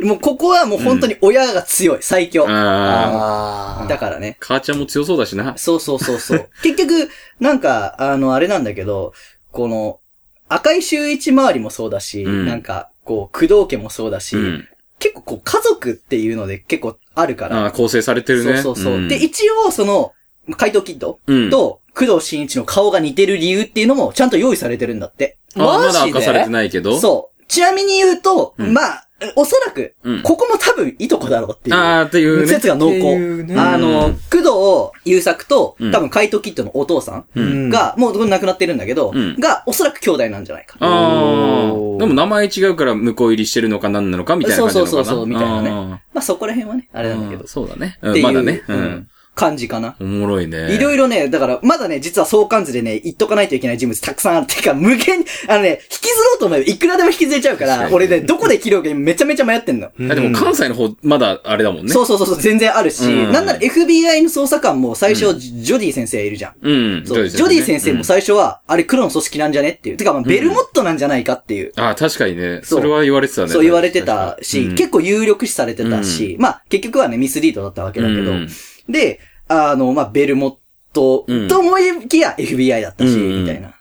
もうここはもう本当に親が強い、最強。あーあだからね。母ちゃんも強そうだしな。そうそうそ (laughs) うそう。結局、なんか、あの、あれなんだけど、この、赤い周一周りもそうだし、うんなんか、こう、工藤家もそうだし、うん。結構こう、家族っていうので結構あるから。ああ、構成されてるね。そうそうそう。んで、一応、その、怪盗キッドうんと、工藤新一の顔が似てる理由っていうのもちゃんと用意されてるんだって。あーまマジでだ明かされてないけど。そう。ちなみに言うと、うんまあ、おそらく、うんここも多分いとこだろうっていう。ああ、っていうね。説が濃っていう厚。ねあの、工藤優作と、うん多分怪盗キッドのお父さうんんが、もう亡くなってるんだけど、うんが、おそらく兄弟なんじゃないか。ああおーでも名前違うから向こう入りしてるのか何なのかみたいな感じなのかな。そうそうそうそうみたいなねね。まあそこら辺はね、あれなんだけど。うんっそうだね。てうんいう、まだね。ううんん。感じかな。おもろいね。いろいろね、だから、まだね、実は相関図でね、言っとかないといけない人物たくさんある。てか、無限に、あのね、引きずろうと思えばいくらでも引きずれちゃうか、確からに俺ね、どこで切ろうかめちゃめちゃ迷ってんの。ーあでも関西の方、まだあれだもんね。そうそうそうそう、全然あるし、うんなんなら FBI の捜査官も最初、ジョディ先生いるじゃん。うん。そうジョディ先生うもん最初は、あれ黒の組織なんじゃねっていう。てか、まあ、ベルモットなんじゃないかっていう。ああ、確かにね。そそうれは言われてたね。そう言われてたし、うん結構有力視されてたし、まあ結局はね、ミスリードだったわけだけど、うんで、あの、まあベルモットうんと思いきや FBI だったし、うんみたいな。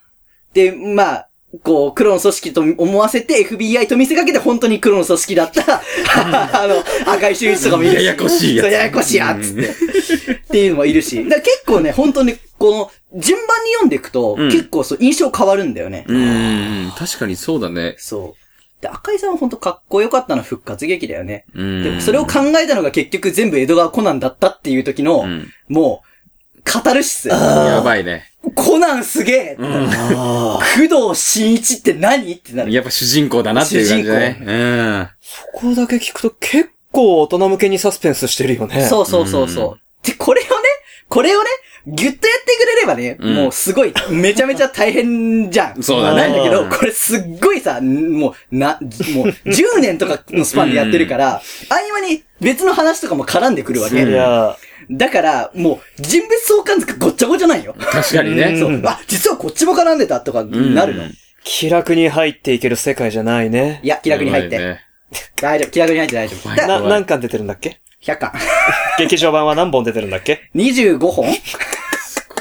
で、まあ、こう、黒の組織と思わせて FBI と見せかけて本当に黒の組織だ (laughs) った、あの、赤い周一とかもいるし。ややこしいやつそうややこしいやつって。っていうのもいるし。だから結構ね、本当に、この、順番に読んでいくと、うん結構そう、印象変わるんだよね。うん。確かにそうだね。そう。で、赤井さんは本当かっこよかったのは復活劇だよね。うん。で、それを考えたのが結局全部江戸川コナンだったっていう時の、うん。もう、カタルシス。やばいね。コナンすげえ、工藤新一って何ってなる。やっぱ主人公だなっていう感じだね。うん。ここだけ聞くと結構大人向けにサスペンスしてるよね。そうそうそうそう。で、これをね、これをね、ぎゅっとやってくれればね、うんもうすごい、めちゃめちゃ大変じゃん。そうだねなんだけど、うんこれすっごいさ、もう、な、もう、10年とかのスパンでやってるから、合間に別の話とかも絡んでくるわいけ。や、だから、もう、人物相関図がごっちゃごちゃなんよ。確かにね。そうう。あ、実はこっちも絡んでたとか、んなるの。い気楽に入っていける世界じゃないね。や、気楽に入っやばいて。ね大丈夫、気楽に入って大丈夫。だ怖いな、何巻出てるんだっけ100巻。劇場版は何本出てるんだっけ (laughs) 25本こ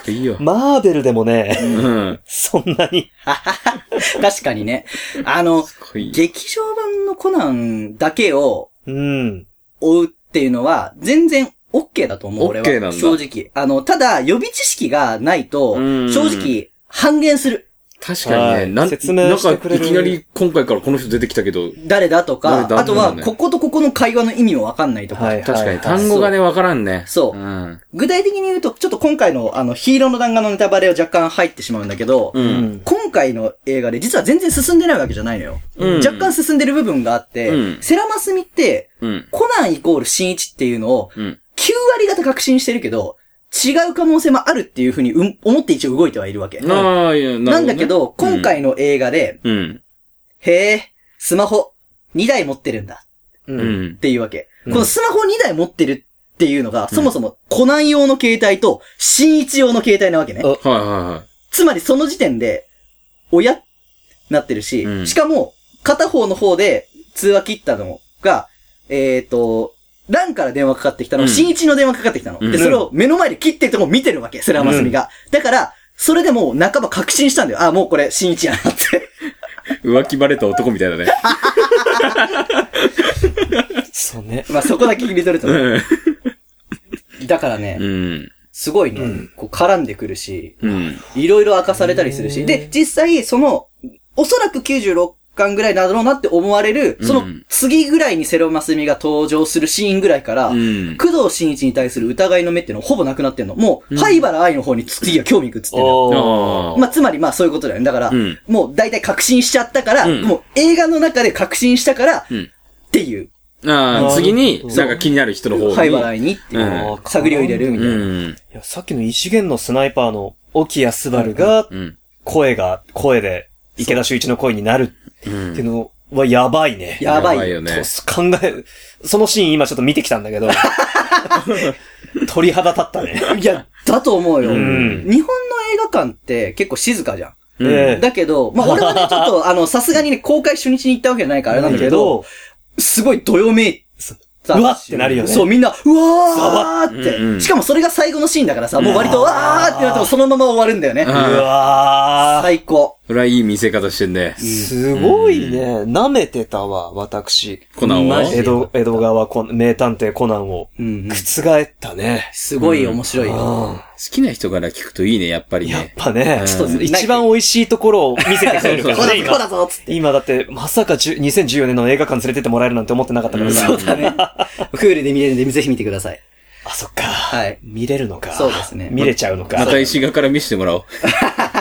れいいよ。マーベルでもね、うん。そんなに。確かにね。あの、これいい。劇場版のコナンだけをうん。追うっていうのは、全然 OK だと思う、俺は。 OK なんだ正直。あの、ただ、予備知識がないと、うん正直、半減する。確かはにね、いなん説明してくれるなんかいきなり今回からこの人出てきたけど、誰だとか、誰だあとは、うんこことここの会話の意味もわかんないとか。はいはい。確かにはい単語がね、わからんね。そううん。具体的に言うと、ちょっと今回の、あの、ヒーローの弾丸のネタバレを若干入ってしまうんだけど、う。うんん。今回の映画で実は全然進んでないわけじゃないのよ。うん若干進んでる部分があって、うんセラマスミって、うん。コナンイコール新一っていうのを、うん。 9割方確信してるけど、違う可能性もあるっていうふうにうん思って一応動いてはいるわけ。なああ、いや、るほねんだけど、今、回の映画で、うん。へえ、スマホ2台持ってるんだう。うんん。っていうわけ。うんこのスマホ2台持ってるっていうのが、そもそもコナン用の携帯と新一用の携帯なわけね。おはいはいはい。つまりその時点で、親なってるし、うんしかも、片方の方で通話切ったのが、えっ、と、ランから電話かかってきたの、うん新一の電話かかってきたの。うんで、それを目の前で切ってるとこ見てるわけ、セラマスミが。だから、それでもう半ば確信したんだよ。あ、もうこれ、新一やなって。 (laughs) 浮気バレた男みたいだね。そうね。まあ、そこだけ切り取るとね。うだからね、ん。すごいね、こう絡んでくるし、うん。いろいろ明かされたりするし、で、実際、その、おそらく96巻ぐらいだろうなって思われる、うんその次ぐらいにセロマスミが登場するシーンぐらいから、うん。工藤新一に対する疑いの目っていうのはほぼなくなってんの。もう、灰原愛の方に次は興味いくっつってんのよ。おあまあ、つまりまあそういうことだよね。だから、うんもう大体確信しちゃったから、うんもう映画の中で確信したから、うんっていう、あ。ああ、次に、なんか気になる人の方に。灰原愛にっていうう、探りを入れるみたいな。うん。いや、さっきの異次元のスナイパーの沖谷すばるが、うん。声が、声で、池田修一の声になるうっんていうのはやばいね。やばい。よね。と考え、そのシーン今ちょっと見てきたんだけど、鳥肌立ったね。いや、だと思うよ。ん日本の映画館って結構静かじゃん。うんええだけど、まあ俺はね、ちょっと、あの、さすがにね、公開初日に行ったわけじゃないからあれなんだけど、、すごいどよめいたしうわってなるよねそう、みんな、うわーっざわうんうて。んしかもそれが最後のシーンだからさ、もう割と、わーってなってもそのまま終わるんだよねう。んわ最高。それはいい見せ方してんね。ー。すごいね。舐めてたわ、私。コナンをマジ江戸、江戸川コナン名探偵コナンを、うんうん覆ったね。すごい面白いよ。うん好きな人から聞くといいね、やっぱりやっね。ぱね、ちょっと一番美味しいところを見せてくれるか (laughs) こうらだね、ぞ、こう今。だぞつって。今だって、まさか10 2014年の映画館連れてってもらえるなんて思ってなかったからさ。そうだね。クールで見れるんで、ぜひ見てください。あ、そっか。はい。見れるのか。そうですね見れちゃうのか。また石川から見せても (laughs) らおう。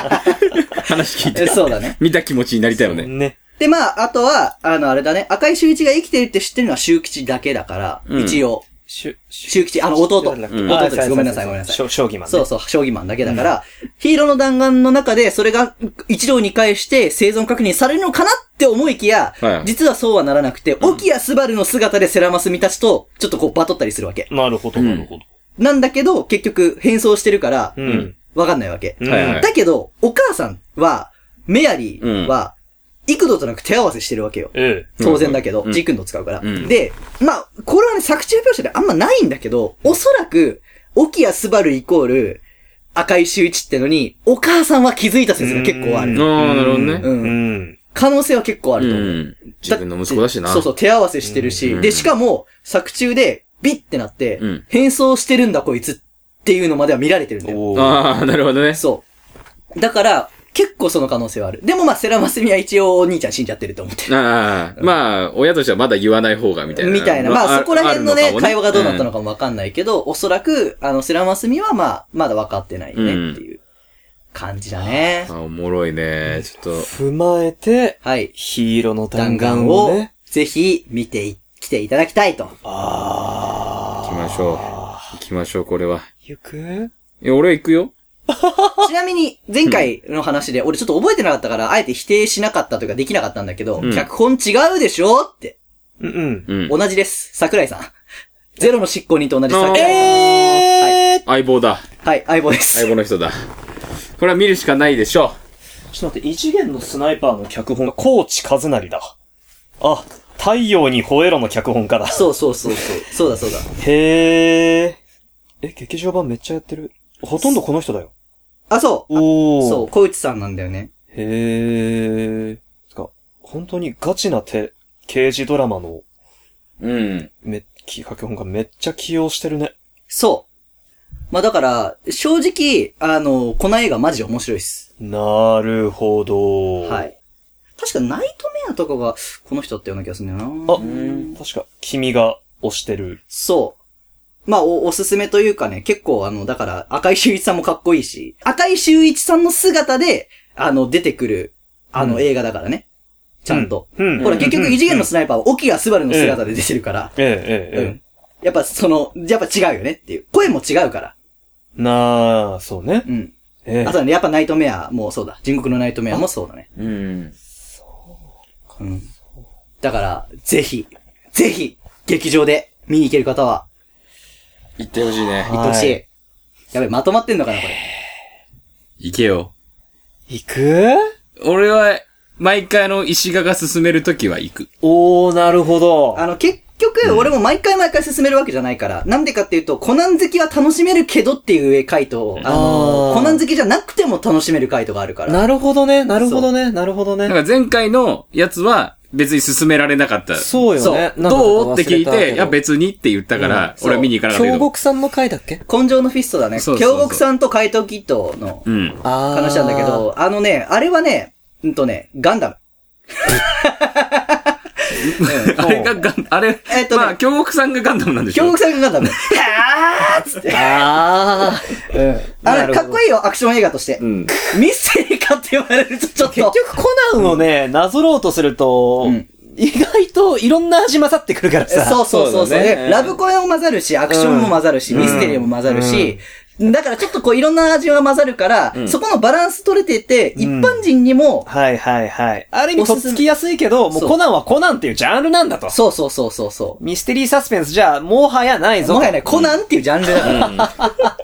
話聞いて。えそうだね。見た気持ちになりたいよね。ね。で、まあ、あとは、あの、あれだね、赤井秀一が生きてるって知ってるのは秀吉だけだから、うん一応。しゅ、秀吉、あの、弟。うん弟です。ごめんなさい、ごめんなさい。い。将棋マンね。そうそう、将棋マンだけだから、ヒーローの弾丸の中で、それが一度に返して生存確認されるのかなって思いきや、はい実はそうはならなくて、沖谷スバルの姿でセラマスミたちと、ちょっとこうバトったりするわけ。なるほど、なるほど。なんだけど、結局変装してるからう、ん。わかんないわけ。うんはいはいだけど、お母さんは、メアリーは、幾度となく手合わせしてるわけよ。え当然だけどう、んジークンド使うから。うんで、まあ、これはね、作中描写であんまないんだけど、おそらく、沖谷スバルイコール、赤井秀一ってのに、お母さんは気づいた説が結構あある。あ、なるほどねえ。う。うんん。可能性は結構あうると思う。ん。自分の息子だしな。そうそう、手合わせしてるし。うんで、しかも、作中で、ビッてなってうん、変装してるんだこいつっていうのまでは見られてるんだよ。おーああ、なるほどね。そう。だから、結構その可能性はある。でもまあ、セラマスミは一応お兄ちゃん死んじゃってると思ってる。ああ、まあ、親としてはまだ言わない方が、みたいな。みたいな。まあ、そこら辺のね、会話がどうなったのかかもわかんないけど、おそらく、あの、セラマスミはまあ、まだ分かってないよねっていう感じだねもね。。あ、おもろいね。ちょっと。踏まえて、はい。ヒーローの弾丸弾丸ををね。、ぜひ見てい、来ていただきたいと。行きましょう。行きましょう、これは。行くいや、俺は行くよ。ちなみに、前回の話で、俺ちょっと覚えてなかったから、あえて否定しなかったというかできなかったんだけど、うん脚本違うでしょって。うんうん。うん。同じです。桜井さん。ゼロの執行人と同じあ桜ー井えー相棒だ。はい、相棒です。相棒の人だ。これは見るしかないでしょちょっと待って、異次元のスナイパーの脚本が、高知和成だ。あ、太陽に吠えろの脚本家だ。そうそうそうそう。そうだそうだ。へー。え、劇場版めっちゃやってる。ほとんどこの人だよ。あ、そう。あおー。そう、小内さんなんだよね。へー。つか、本当にガチな手、刑事ドラマの、う。うん。め、き脚本がめっちゃ起用してるね。そう。まあだから、正直、あの、この映画マジで面白いっす。なるほど。は。い。確か、ナイトメアとかが、この人だったような気がするんだよな。あ、確か、君が推してる。そう。まあ、お、おすすめというかね、結構あの、だから、赤井秀一さんもかっこいいし、赤井秀一さんの姿で、あの、出てくる、あの、うん映画だからね。ちゃんと。うんうんほら、結局、異次元のスナイパーは、沖谷スバルの姿で出てるから、ええ、ええ、うえん。やっぱ、その、やっぱ違うよねっていう。声も違うから。え。なあ、そうねう。ん。ええあ。とね、やっぱナイトメアもそうだ。人国のナイトメアもそうだね。うん。うん。だから、ぜひ、ぜひ、劇場で見に行ける方は、行ってほしいね。行ってほしい。はやべ、まとまってんのかな、これ。行けよ。行く俺は、毎回あの石賀が進めるときは行く。おー、なるほど。あの、結局、俺も毎回毎回進めるわけじゃないから、なんでかっていうと、コナン好きは楽しめるけどっていう回と、あのあーコナン好きじゃなくても楽しめる回とかあるから。なるほどね、なるほどね、なるほどだね。から前回のやつは別に進められなかった。そうよね。なんかどうって聞い忘れたけて、どいや別にって言ったから、ん俺は見に行かなかったけ京ど。極さんの回だっけ根性のフィストだね。そうそうそう京極さんと怪盗キットのうん。あ話なんだけ。 (laughs) ど、あのね、あれはね、うんとね、ガンダム。あれがガン、あれ、えっとねまあ、京極さんがガンダムなんでし京ょ極さんがガンダム。はぁーっつって。ああなれ、るかほどっこいいよ、アクション映画として。うん。ミステリーかって言われるとちょっ結と。局コナンをね、なぞろうとすると、うん意外といろんな味混ざってくるからさ。そうそうそうそうそうだねでラブコメも混ざるし、アクションも混ざるし、ミステリーも混ざるし、だからちょっとこういろんな味が混ざるから、そこのバランス取れてて、一般人にも、はいはいはい。ある意お味すとすっめつきやすいけど、もうそうコナンはコナンっていうジャンルなんだと。そうそうそうそうそ。ミステリーサスペンスじゃ、もはやないうぞ。もはやね、コナンっていうジャンルだから。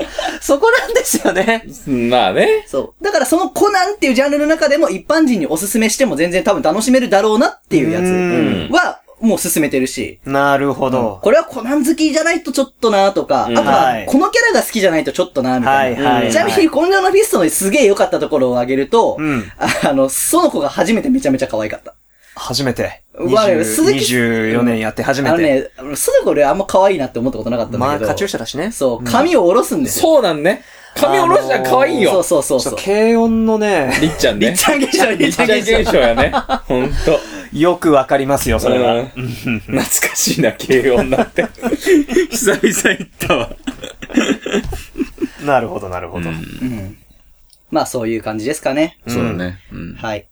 そこなんですよね。まあね。そう。だからそのコナンっていうジャンルの中でも一般人におすすめしても全然多分楽しめるだろうなっていうやつは、もう勧めてるし。なるほど。これはコナン好きじゃないとちょっとなとか、あとははいこのキャラが好きじゃないとちょっとなみたいな。はいはいはいちなみに、コンジョのフィストのすげえ良かったところを挙げると、うんあの、その子が初めてめちゃめちゃ可愛かった。初めて。我々鈴木24年やって初あめのて。ね、その子俺あんま可愛いなって思ったことなかったんだまけあ、ど。カチューシャだしね。そう、髪を下ろすんですよ。そうなんね。髪下ろしたら可愛いそよう。そうそうちょそっうと。軽音の (laughs) ね、りっちゃんね。ちゃんげしょ、りりっっちちゃゃんんげしょ。現象やね。ほんと。よくわかりますよ、それは。うん懐かしいな、慶応になって。 (laughs) 久々行ったわ。なるほど、なるほど。まあそういう感じですかね。そうだね。うん。はい。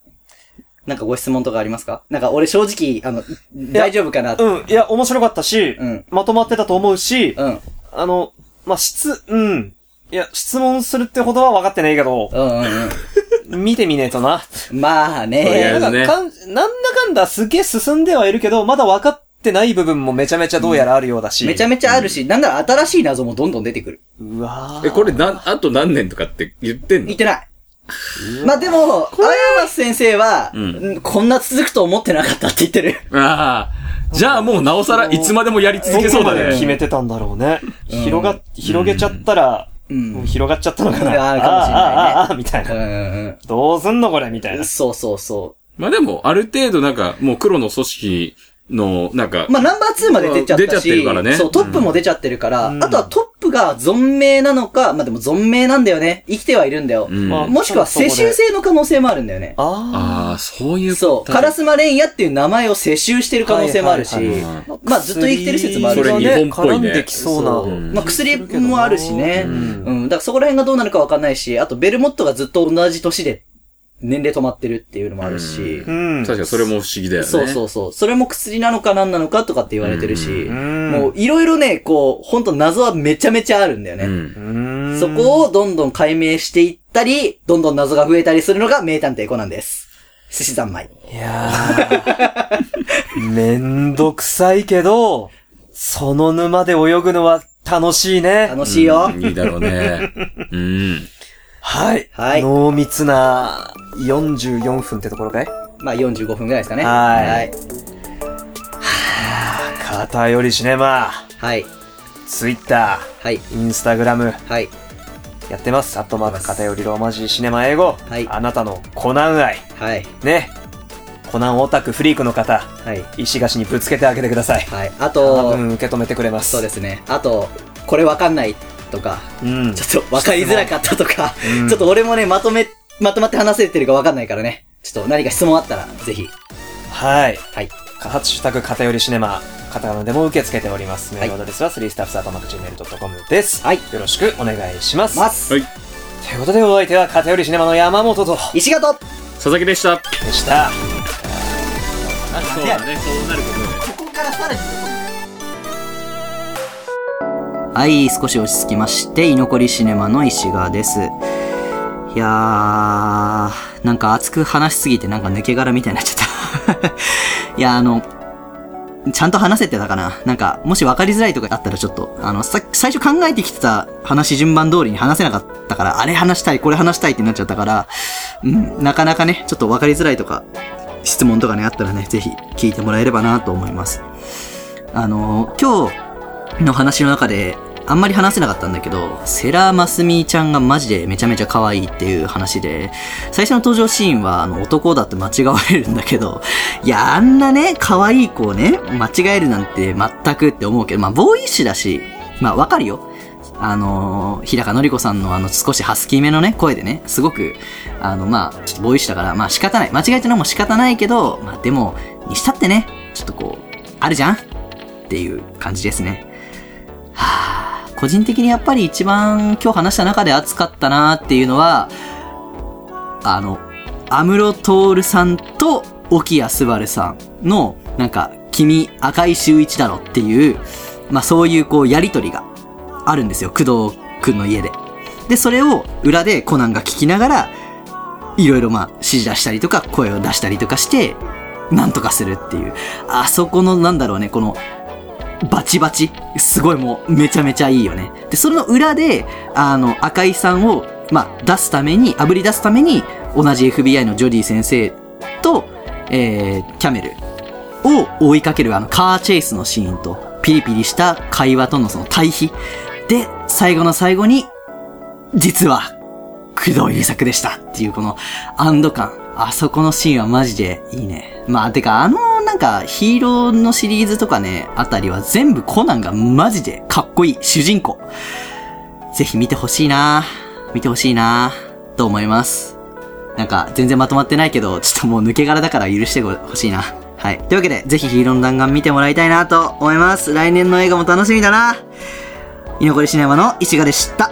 なんかご質問とかありますかなんか俺正直、あの、大丈夫かなうん、いや、面白かったし、うんまとまってたと思うし、うん。あの、まあ、質、うん。いや、質問するってほどは分かってないけ (laughs) ど、うんうんうん。見てみねえとな。まあとりあえね。ずなんねかかん、なんだかんだすげえ進んではいるけど、まだ分かってない部分もめちゃめちゃどうやらあるようだし。めちゃめちゃあるし、なんなら新しい謎もどんどん出てくる。うわえ、ーこれな、あと何年とかって言ってんの言ってない。まあでも、青山先生は、んうんこんな続くと思ってなかったって言ってる。ああ。じゃあもうなおさらいつまでもやり続けどそこうだまで決ね。めてたんだろうね。広が、広げちゃったら、うんもう広がっちゃったのかな。うんあーかもしれあないねーあーあーみたいうんな。うんどうすんのこれみたういん。な。そうそうそまあでも、ある程度なんか、もう黒の組織の、なんか、まあ、ナンバー2まで出ちゃっ出ちゃたってし、るからねそう、トップも出ちゃってるから、うんあとはトップが存命なのか、まあでも存命なんだよね。生きてはいるんだよ。うんまあもしくは世襲制の可能性もあるんだよね。あああ、そういうそう、カラスマレンヤっていう名前を世襲してる可能性もあるし、はいはいはいあ。まあずっと生きてる説もあるし薬がそれ日本っぽいね絡んできそうそうな。んまあ薬もあるしね。ううんん、だからそこら辺がどうなるかわかんないし、あとベルモットがずっと同じ年で年齢止まってるっていうのもあるし、ううん。確かにそれも不思議だよね。そうそうそう。それも薬なのか何なのかとかって言われてるし、んもういろいろね、こう、ほんと謎はめちゃめちゃあるんだよね。ん。うんそこをどんどん解明していったり、どんどん謎が増えたりするのが名探偵コナンです。寿司三昧。いやー、めんどくさいけど、その沼で泳ぐのは楽しいね。楽しいよ。いいだろうね。うん。はい。はい濃密な44分ってところかいまあ45分ぐらいですかね。はいはい。偏りシネマ、はい。ツイッタはい。ー、インスタグラム、はい。やってます。アットマーク偏りローマ字シネマ英語。はいあなたのコナン愛。はい。ね。コナンオタクフリークの方、はい。石菓子にぶつけてあげてください。はい。あ多と、分受け止めてくれます。そうですね。あと、これわかんないとか、うん。ちょっとわかりづらかったとか、うんちょっと俺もね、まとめ、まとまって話せてるかわかんないからね。ちょっと何か質問あったら、ぜひ。はい。はい。ハッシュタグ偏りシネマ、カタカナでも受け付けております。メはーいルアドレスは3スタッフスアトマク Gmail.com です。はい。よろしくお願いします。ます。はいということでお相手は偏りシネマの山本と、石形佐々木でした。でした。そうだね、そうなることね。はい、少し落ち着きまして、居残りシネマの石川です。いやー、なんか熱く話しすぎてなんか抜け殻みたいになっちゃった。 (laughs) いや、あの、ちゃんと話せてたかななんか、もし分かりづらいとかあったらちょっと、あの、さ、最初考えてきてた話順番通りに話せなかったから、あれ話したい、これ話したいってなっちゃったから、うん、なかなかね、ちょっと分かりづらいとか、質問とかね、あったらね、ぜひ聞いてもらえればなと思います。あの、今日、の話の中で、あんまり話せなかったんだけど、セラマスミちゃんがマジでめちゃめちゃ可愛いっていう話で、最初の登場シーンは、あの、男だって間違われるんだけど、いや、あんなね、可愛い子をね、間違えるなんて全くって思うけど、まあ、ボーイッシュだし、まあ、わかるよ。あのー、日高のり子さんのあの少しハスキーめのね、声でね、すごく、あの、まあ、ちょっとボーイッシュだから、まあ仕方ない。間違えてるのも仕方ないけど、まあでも、にしたってね、ちょっとこう、あるじゃんっていう感じですね。はあ個人的にやっぱり一番今日話した中で熱かったなっていうのは、あの、安室徹さんと沖谷すばるさんの、なんか、君赤い周一だろっていう、まあそういうこうやりとりがあるんですよ、工藤くんの家で。で、それを裏でコナンが聞きながら、いろいろまあ指示出したりとか声を出したりとかして、なんとかするっていう。あそこのなんだろうね、このバチバチ。すごいもう、めちゃめちゃいいよね。で、それの裏で、あの、赤井さんを、まあ、出すために、炙り出すために、同じ FBI のジョディ先生と、えー、キャメルを追いかけるあの、カーチェイスのシーンと、ピリピリした会話とのその対比。で、最後の最後に、実は、工藤優作でしたっていうこの安堵感。あそこのシーンはマジでいいね。まあ、てかあのなんかヒーローのシリーズとかね、あたりは全部コナンがマジでかっこいい主人公。ぜひ見てほしいな見てほしいなと思います。なんか全然まとまってないけど、ちょっともう抜け殻だから許してほしいな。はい。というわけで、ぜひヒーローの弾丸見てもらいたいなと思います。来年の映画も楽しみだな居残りシネマの石賀でした。